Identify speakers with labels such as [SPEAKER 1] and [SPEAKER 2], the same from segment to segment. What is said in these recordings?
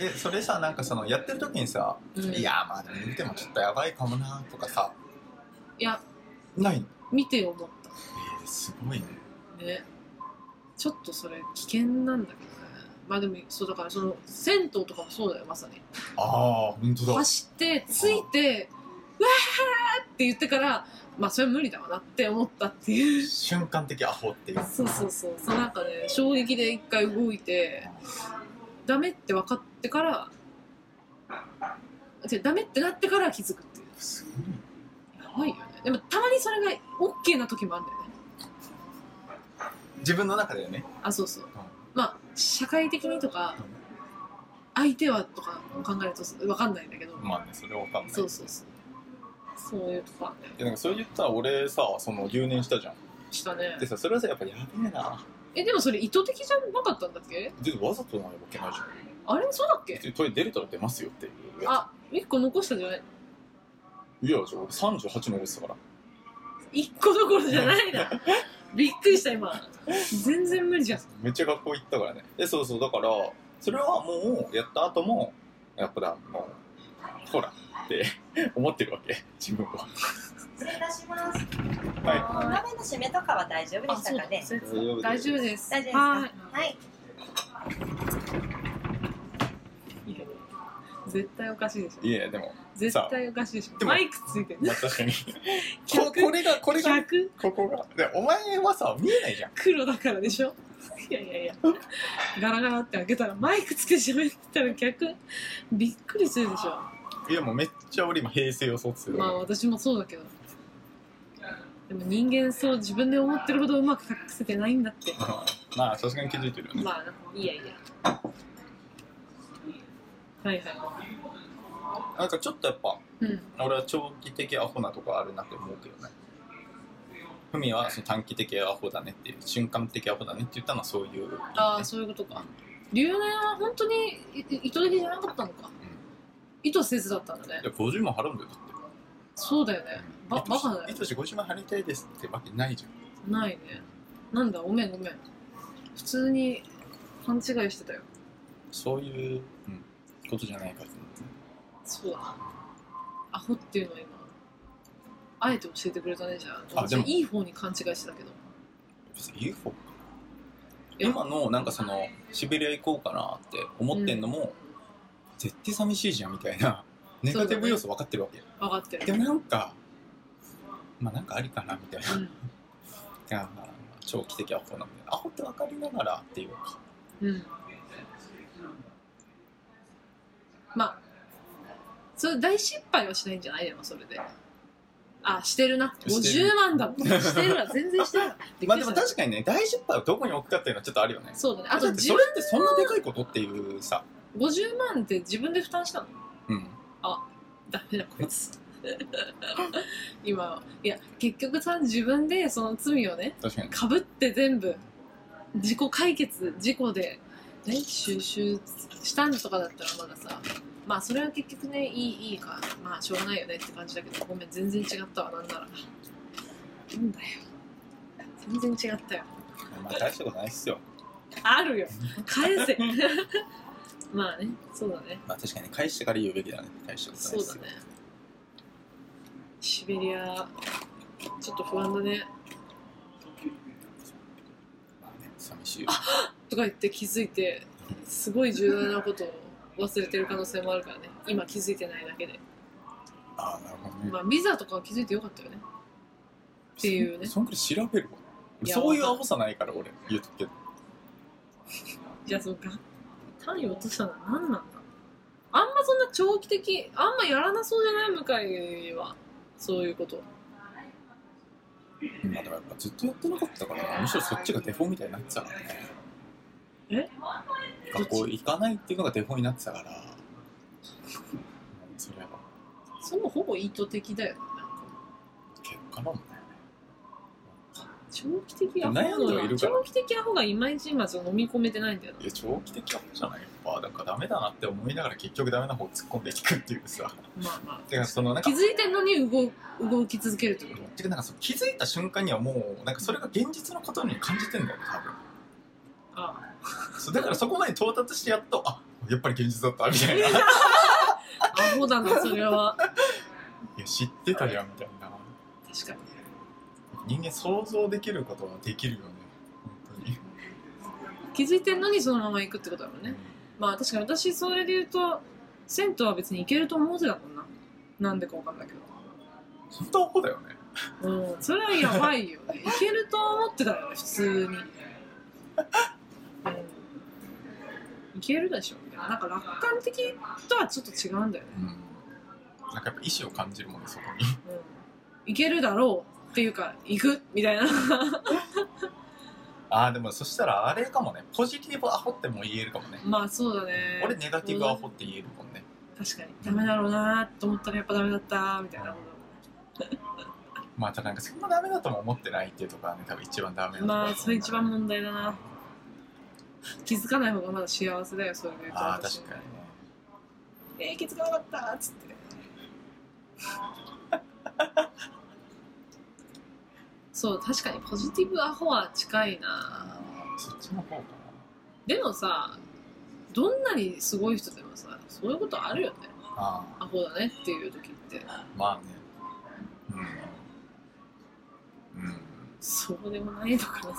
[SPEAKER 1] でそれさなんかそのやってる時にさ、
[SPEAKER 2] うん
[SPEAKER 1] いやまあでも見てもちょっとやばいかもなとかさ
[SPEAKER 2] いや
[SPEAKER 1] ないの
[SPEAKER 2] 見て思っ
[SPEAKER 1] えーすごいね
[SPEAKER 2] たねちょっとそれ危険なんだけどねまあでもそうだからその銭湯とかもそうだよまさに
[SPEAKER 1] ああ本当だ
[SPEAKER 2] 走ってついてうわーって言ってからまあそれは無理だわなって思ったっていう
[SPEAKER 1] 瞬間的アホっていう
[SPEAKER 2] そうそうそうそのなんかね衝撃で一回動いてダメって分かってから違うダメってなってから気づくっていう
[SPEAKER 1] すごい
[SPEAKER 2] やばいよねでもたまにそれが OK な時もあるんだよね
[SPEAKER 1] 自分の中でね
[SPEAKER 2] あそうそうまあ社会的にとか相手はとか考えると分かんないんだけど、
[SPEAKER 1] まあねそれはわかんない
[SPEAKER 2] そうそうそうそういうとこあるね
[SPEAKER 1] いやなんかそれ言ったら俺さその留年したじゃん
[SPEAKER 2] したね
[SPEAKER 1] でさそれはさやっぱやべえな
[SPEAKER 2] えでもそれ意図的じゃなかったんだっけ
[SPEAKER 1] でわざとなわけないじゃん
[SPEAKER 2] あれそうだっけ
[SPEAKER 1] でトイレ出れたら出ますよっていうや
[SPEAKER 2] あ一1個残したんじゃない
[SPEAKER 1] ついやじゃあ俺38のやつだから
[SPEAKER 2] 1個どころじゃない なびっくりした今全然無理じゃん
[SPEAKER 1] めっちゃ学校行ったからねでそうそうだからそれはもうやった後もやっぱだもうほらって 思ってるわけ自分は
[SPEAKER 3] 失礼いたします。
[SPEAKER 1] は
[SPEAKER 3] 鍋の締めとかは大丈夫で
[SPEAKER 2] あ
[SPEAKER 3] し
[SPEAKER 2] そう
[SPEAKER 3] たか
[SPEAKER 2] だ
[SPEAKER 3] ね。
[SPEAKER 2] そう
[SPEAKER 1] 大丈夫です
[SPEAKER 2] 大丈夫です
[SPEAKER 3] 大丈夫ですか。
[SPEAKER 2] は
[SPEAKER 3] はい。
[SPEAKER 2] いいや絶対おかしいでしょ
[SPEAKER 1] いいやでも
[SPEAKER 2] 絶対おかしいでし
[SPEAKER 1] で
[SPEAKER 2] ょ
[SPEAKER 1] も
[SPEAKER 2] マイクついてる
[SPEAKER 1] まあ確か にこ
[SPEAKER 2] 逆
[SPEAKER 1] これがこれが
[SPEAKER 2] 100
[SPEAKER 1] ここがでお前はさ見えないじゃん
[SPEAKER 2] 黒だからでしょいやいやいやガラガラって開けたらマイクつけて喋ったら逆びっくりするでしょ
[SPEAKER 1] いやもうめっちゃ俺今平成を卒する、
[SPEAKER 2] まあ私もそうだけどでも人間そう自分で思ってるほどうまく隠せてないんだって
[SPEAKER 1] うん まあさすがに気づいてるよね、
[SPEAKER 2] まあいいやいいやはいは
[SPEAKER 1] なんかちょっとやっぱ
[SPEAKER 2] いうん
[SPEAKER 1] 俺は長期的アホなとこあるなって思うけどねふみはその短期的アホだねっていう瞬間的アホだねって言ったのはそういう
[SPEAKER 2] ああそういうことか留年は本当にいい意図的じゃなかったのか、意図せずだったんだね
[SPEAKER 1] いや50万払うんだよだって
[SPEAKER 2] そうだよねばバカだよ
[SPEAKER 1] いとし50万払いたいですってわけないじゃん
[SPEAKER 2] ないねなんだごめんごめん普通に勘違いしてたよ
[SPEAKER 1] そういう、うんことじゃないかと思って
[SPEAKER 2] そうだアホっていうのは今あえて教えてくれたねじゃあ
[SPEAKER 1] あでも
[SPEAKER 2] 私いい方に勘違いしてたけど
[SPEAKER 1] 別に UFO か
[SPEAKER 2] いや
[SPEAKER 1] 今のなんかそのシベリア行こうかなって思ってんのも、絶対寂しいじゃんみたい なネガティブ要素分かってるわけ、
[SPEAKER 2] 分かってる
[SPEAKER 1] でもなんかまあなんかありかなみたいなあーまあ長期的アホなんでアホって分かりながらっていうか
[SPEAKER 2] うん、うん、まあそれ大失敗はしないんじゃないでもそれであしてるな
[SPEAKER 1] してる
[SPEAKER 2] 50万 だもんしてるわ全然してるわ
[SPEAKER 1] まあでも
[SPEAKER 2] びっくりし
[SPEAKER 1] 確かにね大失敗をどこに置くかっていうのはちょっとあるよね
[SPEAKER 2] たそうだねあ
[SPEAKER 1] あ
[SPEAKER 2] と
[SPEAKER 1] と
[SPEAKER 2] 自
[SPEAKER 1] それってそんなでかいことっていうさ
[SPEAKER 2] 50万って自分で負担したの
[SPEAKER 1] うん
[SPEAKER 2] ダメだこいつ今いや結局さ自分でその罪をね
[SPEAKER 1] 確かに
[SPEAKER 2] かぶって全部自己解決事故で、ね、収集したんとかだったらまださまあそれは結局ねいいいいかまあしょうがないよねって感じだけどごめん全然違ったわなんならなんだよ全然違ったよ
[SPEAKER 1] まあ大したことないっすよ
[SPEAKER 2] あるよ返せ まあねそうだね
[SPEAKER 1] まあ確かに返してから言うべきだね大したことない
[SPEAKER 2] そ
[SPEAKER 1] っ
[SPEAKER 2] う
[SPEAKER 1] す
[SPEAKER 2] だ
[SPEAKER 1] よ
[SPEAKER 2] ねシベリアちょっと不安だね
[SPEAKER 1] まあね寂しいよ
[SPEAKER 2] とか言って気づいてすごい重大なことを忘れてる可能性もあるからね今気づいてないだけで
[SPEAKER 1] ああなるほどね
[SPEAKER 2] まあビザとかは気づいてよかったよねっていうね
[SPEAKER 1] そんくらい調べるわ
[SPEAKER 2] いや
[SPEAKER 1] そういうアホさないから俺言うとくけど
[SPEAKER 2] じゃあそのが単位落としたのは何なんだあんまそんな長期的あんまやらなそうじゃない向井はそういうこと
[SPEAKER 1] まあでもやっぱずっとやってなかったからむしろそっちがデフォみたいになってたからね
[SPEAKER 2] え
[SPEAKER 1] 学校行かないっていうのがデフォになってたからそれは
[SPEAKER 2] それもほぼ意図的だよねなんか
[SPEAKER 1] 結果なんだよ
[SPEAKER 2] 長期的アホが
[SPEAKER 1] 悩んではいるから
[SPEAKER 2] 長期的アホがいまいち今その飲み込めてないんだよない
[SPEAKER 1] や長期的アホじゃないやっぱだからダメだなって思いながら結局ダメな方突っ込んでいくっていうさ
[SPEAKER 2] まあま
[SPEAKER 1] てかそのなん
[SPEAKER 2] あ
[SPEAKER 1] か
[SPEAKER 2] 気づいてんのに動動き続けるってこと
[SPEAKER 1] てかなんかその気づいた瞬間にはもうなんかそれが現実のことに感じてんだよね多分
[SPEAKER 2] あ
[SPEAKER 1] そうだからそこまで到達してやっとあやっぱり現実だったみたい ない
[SPEAKER 2] アホだなそれは
[SPEAKER 1] や知ってたじゃんみたいな
[SPEAKER 2] 確かに
[SPEAKER 1] 人間想像できることはできるよね本当に、
[SPEAKER 2] 気づいてんのにそのまま行くってことだもんね
[SPEAKER 1] うん
[SPEAKER 2] まあ確かに私それで言うと銭湯は別に行けると思うてたもんななんでかわかんないけ
[SPEAKER 1] 本当はこうだよね
[SPEAKER 2] どうんそれはやばいよね行けると思ってたよね普通に、うん、行けるでしょみたいななんか楽観的とはちょっと違うんだよね、
[SPEAKER 1] うんなんかやっぱ意志を感じるもんねそこに
[SPEAKER 2] うん、行けるだろうっていうか行くみたいな
[SPEAKER 1] ああでもそしたらあれかもねポジティブアホっても言えるかもね
[SPEAKER 2] まあそうだね
[SPEAKER 1] 俺ネガティブアホって言えるもんね
[SPEAKER 2] 確かにダメだろうなと思ったらやっぱダメだったみたいな
[SPEAKER 1] まあただなんかそんなダメだとも思ってないっていうところはね多分一番ダメなところ
[SPEAKER 2] まあそれ一番問題だな気づかない方がまだ幸せだよそれで言うと
[SPEAKER 1] ああ
[SPEAKER 2] 私
[SPEAKER 1] 確かにね
[SPEAKER 2] えー、気づかなかったっつって そう確かにポジティブアホは近いな
[SPEAKER 1] あーそっちの方か
[SPEAKER 2] でもさどんなにすごい人でもさそういうことあるよね
[SPEAKER 1] なああ
[SPEAKER 2] アホだねっていう時って
[SPEAKER 1] まあねうんうん
[SPEAKER 2] そうでもないのかな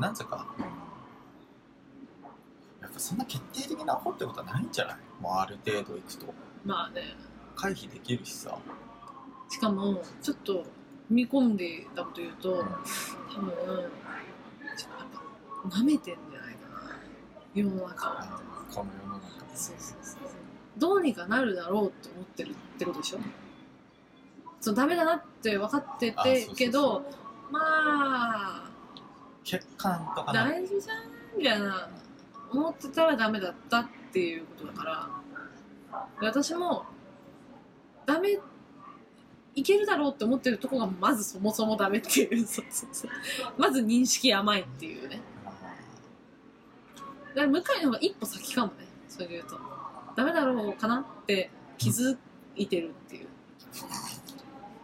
[SPEAKER 1] なんつうか、やっぱそんな決定的なアホってことはないんじゃないもうある程度いくと
[SPEAKER 2] まあね
[SPEAKER 1] 回避できるしさ、
[SPEAKER 2] しかもちょっと踏み込んでたこと言うと、多分ちょっとなめてんじゃないかな世の中を
[SPEAKER 1] あのこの世の中
[SPEAKER 2] そうそうそうそうどうにかなるだろうと思ってるってことでしょそうダメだなって分かって
[SPEAKER 1] あそうそう
[SPEAKER 2] て
[SPEAKER 1] そう
[SPEAKER 2] けどまあ
[SPEAKER 1] 血管とかな
[SPEAKER 2] 大事じゃんみたいな思ってたらダメだったっていうことだからで私もダメいけるだろうって思ってるとこがまずそもそもダメっていう そうそうそうまず認識甘いっていうねだから向井の方が一歩先かもねそれで言うとダメだろうかなって気づいてるっていう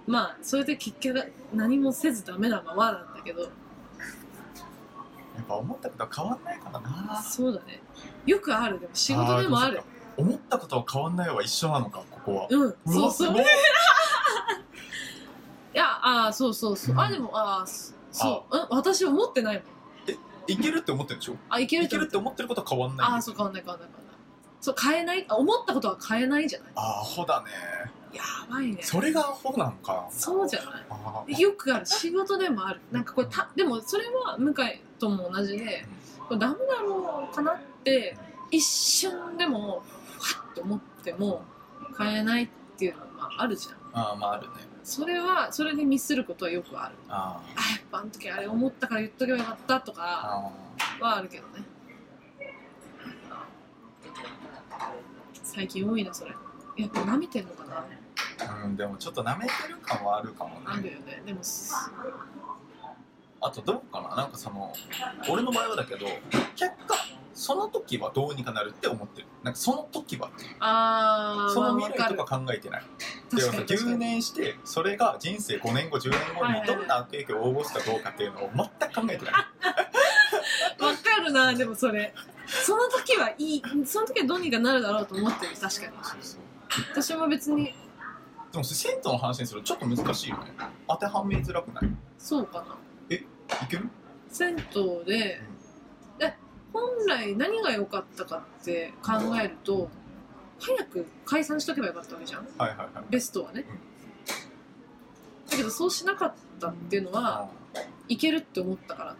[SPEAKER 2] まあそれで結局何もせずダメなままなんだけど
[SPEAKER 1] やっぱ思ったことは変わんないからな
[SPEAKER 2] そうだねよくあるでも仕事でもある
[SPEAKER 1] ーでもそっか思ったことは変わんないは一緒なのかここは
[SPEAKER 2] うん
[SPEAKER 1] わ
[SPEAKER 2] そうそう
[SPEAKER 1] すごい
[SPEAKER 2] いやああそうそうそう、あ
[SPEAKER 1] うん
[SPEAKER 2] でもああそそううん私思ってないもん
[SPEAKER 1] いけるって思ってるでしょ
[SPEAKER 2] あいける
[SPEAKER 1] い
[SPEAKER 2] と
[SPEAKER 1] け
[SPEAKER 2] 思
[SPEAKER 1] る
[SPEAKER 2] っ
[SPEAKER 1] って思ってることは変わんない
[SPEAKER 2] ああそう変わんない変わんない変わんないそう変えないあ思ったことは変えないじゃない
[SPEAKER 1] あアホだね
[SPEAKER 2] やばいね
[SPEAKER 1] それがアホなのか
[SPEAKER 2] そうじゃない
[SPEAKER 1] あー
[SPEAKER 2] よくある仕事でもあるなんかこれたでもそれは向井とも同じでこれダメだろうかなって一瞬でもふわっと思っても変えないっていうのはまああるじゃん
[SPEAKER 1] あーまああるね
[SPEAKER 2] それはそれでミスることはよくある
[SPEAKER 1] あー
[SPEAKER 2] あやっぱあの時あれ思ったから言っとけばよかったとか
[SPEAKER 1] あ
[SPEAKER 2] はあるけどね最近多いなそれやっぱ舐めてんのかな
[SPEAKER 1] ーうんでもちょっと舐めてる感はあるかもね
[SPEAKER 2] あるよねでもす
[SPEAKER 1] あとどうかななんかその俺の場合はだけど結果その時はどうにかなるって思ってるなんかその時は
[SPEAKER 2] あー
[SPEAKER 1] その
[SPEAKER 2] まあ
[SPEAKER 1] 未来
[SPEAKER 2] わ
[SPEAKER 1] とか考えてない
[SPEAKER 2] る
[SPEAKER 1] でも
[SPEAKER 2] 確か
[SPEAKER 1] さ
[SPEAKER 2] に確か
[SPEAKER 1] 留
[SPEAKER 2] に
[SPEAKER 1] 年してそれが人生5年後10年後
[SPEAKER 2] はい
[SPEAKER 1] に
[SPEAKER 2] はい
[SPEAKER 1] どんな悪影響を及ぼすかどうかっていうのを全く考えてない
[SPEAKER 2] わかるなでもそれその時はいいその時はどうにかなるだろうと思ってる確かに
[SPEAKER 1] そうそう
[SPEAKER 2] 私も別に
[SPEAKER 1] でも銭湯の話にするとちょっと難しいよね当てはめづらくない
[SPEAKER 2] そうかない
[SPEAKER 1] ける
[SPEAKER 2] 銭湯でで本来何が良かったかって考えると早く解散しとけばよかったわけじゃん
[SPEAKER 1] はいはいはい
[SPEAKER 2] ベストはねだけどそうしなかったっていうのはいけるって思ったから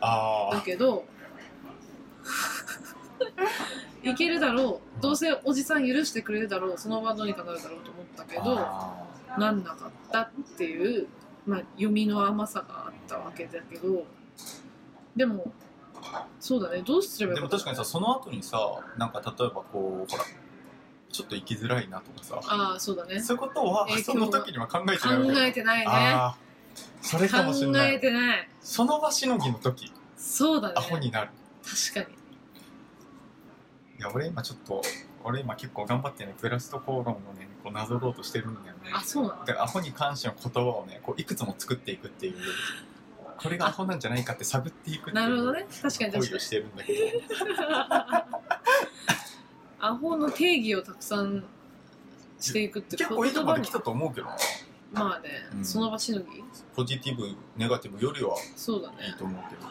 [SPEAKER 1] あ
[SPEAKER 2] だ
[SPEAKER 1] あ
[SPEAKER 2] けどいけるだろうどうせおじさん許してくれるだろうその場はどうにかなるだろうと思ったけど
[SPEAKER 1] あ
[SPEAKER 2] なんなかったっていう、まあ、読みの甘さがあったわけだけどでもそうだねどうすれば
[SPEAKER 1] ー
[SPEAKER 2] よ
[SPEAKER 1] で
[SPEAKER 2] か
[SPEAKER 1] も
[SPEAKER 2] った
[SPEAKER 1] 確かにさその後にさなんか例えばこうほらちょっと生きづらいなとかさ
[SPEAKER 2] ああそうだね
[SPEAKER 1] そういうことは
[SPEAKER 2] 影響
[SPEAKER 1] そ
[SPEAKER 2] は
[SPEAKER 1] の時には考えて
[SPEAKER 2] 考
[SPEAKER 1] ないわけ
[SPEAKER 2] えてないね
[SPEAKER 1] ああそれかもしれ
[SPEAKER 2] 考
[SPEAKER 1] な
[SPEAKER 2] え
[SPEAKER 1] い
[SPEAKER 2] てない
[SPEAKER 1] その場しのぎの時
[SPEAKER 2] そうだね
[SPEAKER 1] アホになる
[SPEAKER 2] 確かに
[SPEAKER 1] いや俺今ちょっと俺今結構頑張ってねプラストコーロンをねこうなぞろうとしてるんだよね
[SPEAKER 2] あそうなの
[SPEAKER 1] でアホに関しての言葉をねこういくつも作っていくっていうこれがアホなんじゃないかって探っていくっていう
[SPEAKER 2] なるほどね確かに
[SPEAKER 1] 行
[SPEAKER 2] 確か
[SPEAKER 1] 為を
[SPEAKER 2] に
[SPEAKER 1] してるんだけど
[SPEAKER 2] アホの定義をたくさんしていくって
[SPEAKER 1] 結構いいとこまで来
[SPEAKER 2] 言葉
[SPEAKER 1] た
[SPEAKER 2] も
[SPEAKER 1] と思うけどな
[SPEAKER 2] まあね、
[SPEAKER 1] うん
[SPEAKER 2] その場しのぎ
[SPEAKER 1] ポジティブネガティブよりは
[SPEAKER 2] そうだね
[SPEAKER 1] いいと思うけど